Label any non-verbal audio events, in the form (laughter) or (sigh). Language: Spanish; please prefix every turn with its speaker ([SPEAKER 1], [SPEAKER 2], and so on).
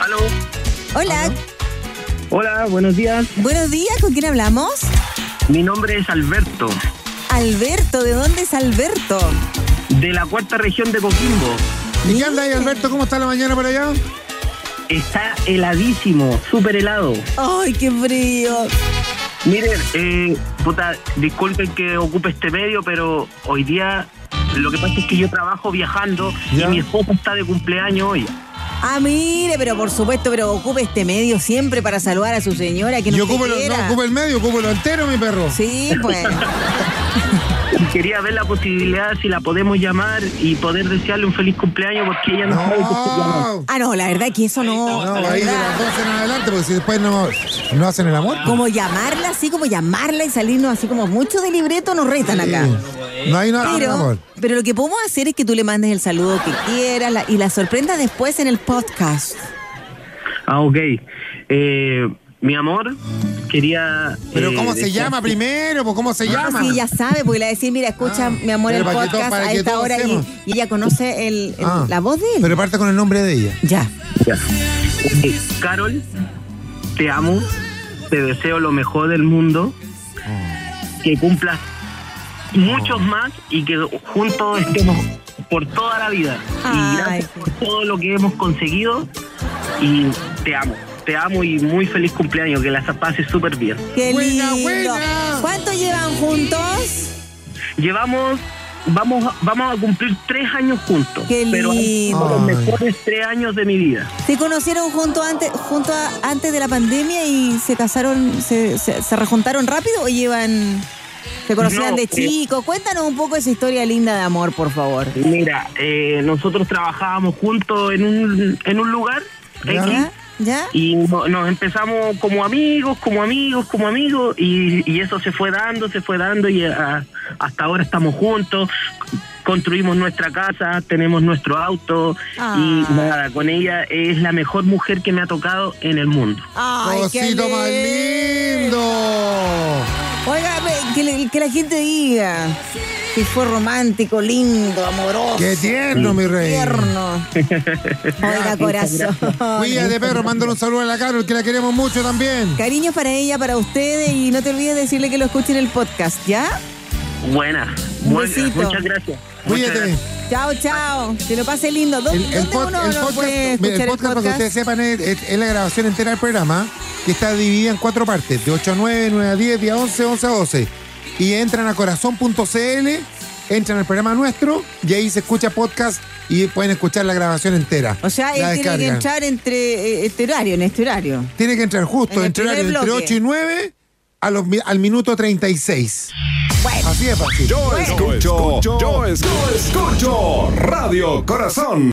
[SPEAKER 1] Aló.
[SPEAKER 2] Hola,
[SPEAKER 1] Hola, buenos días.
[SPEAKER 2] buenos días, ¿con quién hablamos?
[SPEAKER 1] Mi nombre es Alberto,
[SPEAKER 2] Alberto, ¿de dónde es Alberto?
[SPEAKER 1] de la cuarta región de Coquimbo.
[SPEAKER 3] ¿Y qué anda ahí, Alberto? ¿Cómo está la mañana por allá?
[SPEAKER 1] Está heladísimo, súper helado.
[SPEAKER 2] ¡Ay, qué frío!
[SPEAKER 1] Miren, eh, puta, disculpen que ocupe este medio, pero hoy día lo que pasa es que yo trabajo viajando
[SPEAKER 3] Ya.
[SPEAKER 1] y mi esposa está de cumpleaños hoy.
[SPEAKER 2] Ah, mire, pero por supuesto, pero ocupe este medio siempre para saludar a su señora que no
[SPEAKER 3] Yo
[SPEAKER 2] usted
[SPEAKER 3] ocupo, lo-
[SPEAKER 2] quiera.
[SPEAKER 3] no, ocupo el medio, ocupo lo entero, mi perro.
[SPEAKER 2] Sí, pues.
[SPEAKER 1] Y quería ver la posibilidad si la podemos llamar y poder desearle un feliz cumpleaños porque ella no sabe que se llama.
[SPEAKER 3] No,
[SPEAKER 2] Ah, no, la verdad que eso no.
[SPEAKER 3] no,
[SPEAKER 2] la
[SPEAKER 3] ahí de
[SPEAKER 2] verdad.
[SPEAKER 3] las 12 en adelante, porque si después no, no hacen el amor.
[SPEAKER 2] Como llamarla así, como llamarla y salirnos así como mucho de libreto nos retan acá.
[SPEAKER 3] No hay nada de
[SPEAKER 2] Pero,
[SPEAKER 3] amor.
[SPEAKER 2] pero lo que podemos hacer es que tú le mandes el saludo que quieras la- y la sorprendas después en el podcast.
[SPEAKER 1] Ah, ok. Eh, mi amor, quería...
[SPEAKER 3] Pero
[SPEAKER 1] eh,
[SPEAKER 3] ¿cómo se
[SPEAKER 1] desear-
[SPEAKER 3] llama primero? Pues ¿cómo se llama?
[SPEAKER 2] Ah, Sí, ya sabe, porque le va a decir, mira, escucha, mi amor,
[SPEAKER 3] pero
[SPEAKER 2] el
[SPEAKER 3] para que
[SPEAKER 2] podcast
[SPEAKER 3] todo- para
[SPEAKER 2] a
[SPEAKER 3] que
[SPEAKER 2] esta
[SPEAKER 3] todos
[SPEAKER 2] hora y,
[SPEAKER 3] sepan.
[SPEAKER 2] y ella conoce el, el-
[SPEAKER 3] Ah,
[SPEAKER 2] la voz de él.
[SPEAKER 3] Pero parte con el nombre de ella.
[SPEAKER 2] Ya.
[SPEAKER 1] Ya. Eh, Carol, te amo, te deseo lo mejor del mundo, que cumplas
[SPEAKER 2] Oh.
[SPEAKER 1] muchos más y que juntos estemos por toda la vida.
[SPEAKER 2] Ay.
[SPEAKER 1] Y gracias por todo lo que hemos conseguido y te amo. Te amo y muy feliz cumpleaños, que la pases súper bien.
[SPEAKER 2] Qué
[SPEAKER 3] Buena,
[SPEAKER 2] lindo.
[SPEAKER 3] buena.
[SPEAKER 2] ¿Cuánto llevan juntos?
[SPEAKER 1] Llevamos, vamos, vamos a cumplir tres años juntos.
[SPEAKER 2] Qué
[SPEAKER 1] Pero han sido los
[SPEAKER 3] lindo.
[SPEAKER 1] mejores tres años de mi vida.
[SPEAKER 2] Se conocieron junto antes, junto a- antes de la pandemia y se casaron, se, se- se rejuntaron rápido o llevan, se conocían
[SPEAKER 1] No,
[SPEAKER 2] de
[SPEAKER 1] eh.
[SPEAKER 2] chico. Cuéntanos un poco esa historia linda de amor, por favor.
[SPEAKER 1] Mira, eh, nosotros trabajábamos juntos en un, en un lugar
[SPEAKER 3] Ya.
[SPEAKER 1] X,
[SPEAKER 2] ¿Ya? ¿Ya?
[SPEAKER 1] y no- nos empezamos como amigos, como amigos, como amigos y, y eso se fue dando, se fue dando y ah, hasta ahora estamos juntos, construimos nuestra casa, tenemos nuestro auto
[SPEAKER 2] Ah.
[SPEAKER 1] y nada, con ella es la mejor mujer que me ha tocado en el mundo.
[SPEAKER 2] Ay, qué
[SPEAKER 3] Cosito más
[SPEAKER 2] lindo.
[SPEAKER 3] lindo.
[SPEAKER 2] Oiga, ve, que, le- que la gente diga que fue romántico, lindo, amoroso,
[SPEAKER 3] Qué tierno, mi rey. (laughs)
[SPEAKER 2] tierno. Oiga, corazón.
[SPEAKER 3] Cuídate, perro. Mándale un saludo a la Carol, que la queremos mucho también.
[SPEAKER 2] Cariños para ella, para ustedes y no te olvides de decirle que lo escuchen el podcast, ¿ya?
[SPEAKER 1] Buena,
[SPEAKER 2] Un
[SPEAKER 1] buena,
[SPEAKER 2] besito.
[SPEAKER 1] muchas gracias. muchas
[SPEAKER 3] Cuídate.
[SPEAKER 1] gracias.
[SPEAKER 2] Chao, chao. Que lo pase lindo. ¿Dó-
[SPEAKER 3] El,
[SPEAKER 2] ¿Dónde,
[SPEAKER 3] el pod-
[SPEAKER 2] uno
[SPEAKER 3] el
[SPEAKER 2] lo
[SPEAKER 3] podcast,
[SPEAKER 2] puede
[SPEAKER 3] mira, el
[SPEAKER 2] escuchar
[SPEAKER 3] podcast, para que ustedes sepan, es, es- es la grabación entera del programa, que está dividida en cuatro partes, de 8 a 9, 9 a 10, 10 a 11, 11 a 12. Y entran a corazón.cl, entran al programa nuestro, y ahí se escucha podcast y pueden escuchar la grabación entera.
[SPEAKER 2] O sea, él
[SPEAKER 3] la
[SPEAKER 2] tiene que
[SPEAKER 3] descargan.
[SPEAKER 2] entrar entre eh, este horario, en este horario.
[SPEAKER 3] Tiene que entrar justo,
[SPEAKER 2] en el
[SPEAKER 3] entrar
[SPEAKER 2] primer
[SPEAKER 3] entre
[SPEAKER 2] bloque.
[SPEAKER 3] 8 y 9 a los mi- al minuto 36.
[SPEAKER 2] Bueno.
[SPEAKER 3] Así de fácil.
[SPEAKER 4] Yo escucho, yo escucho Radio Corazón.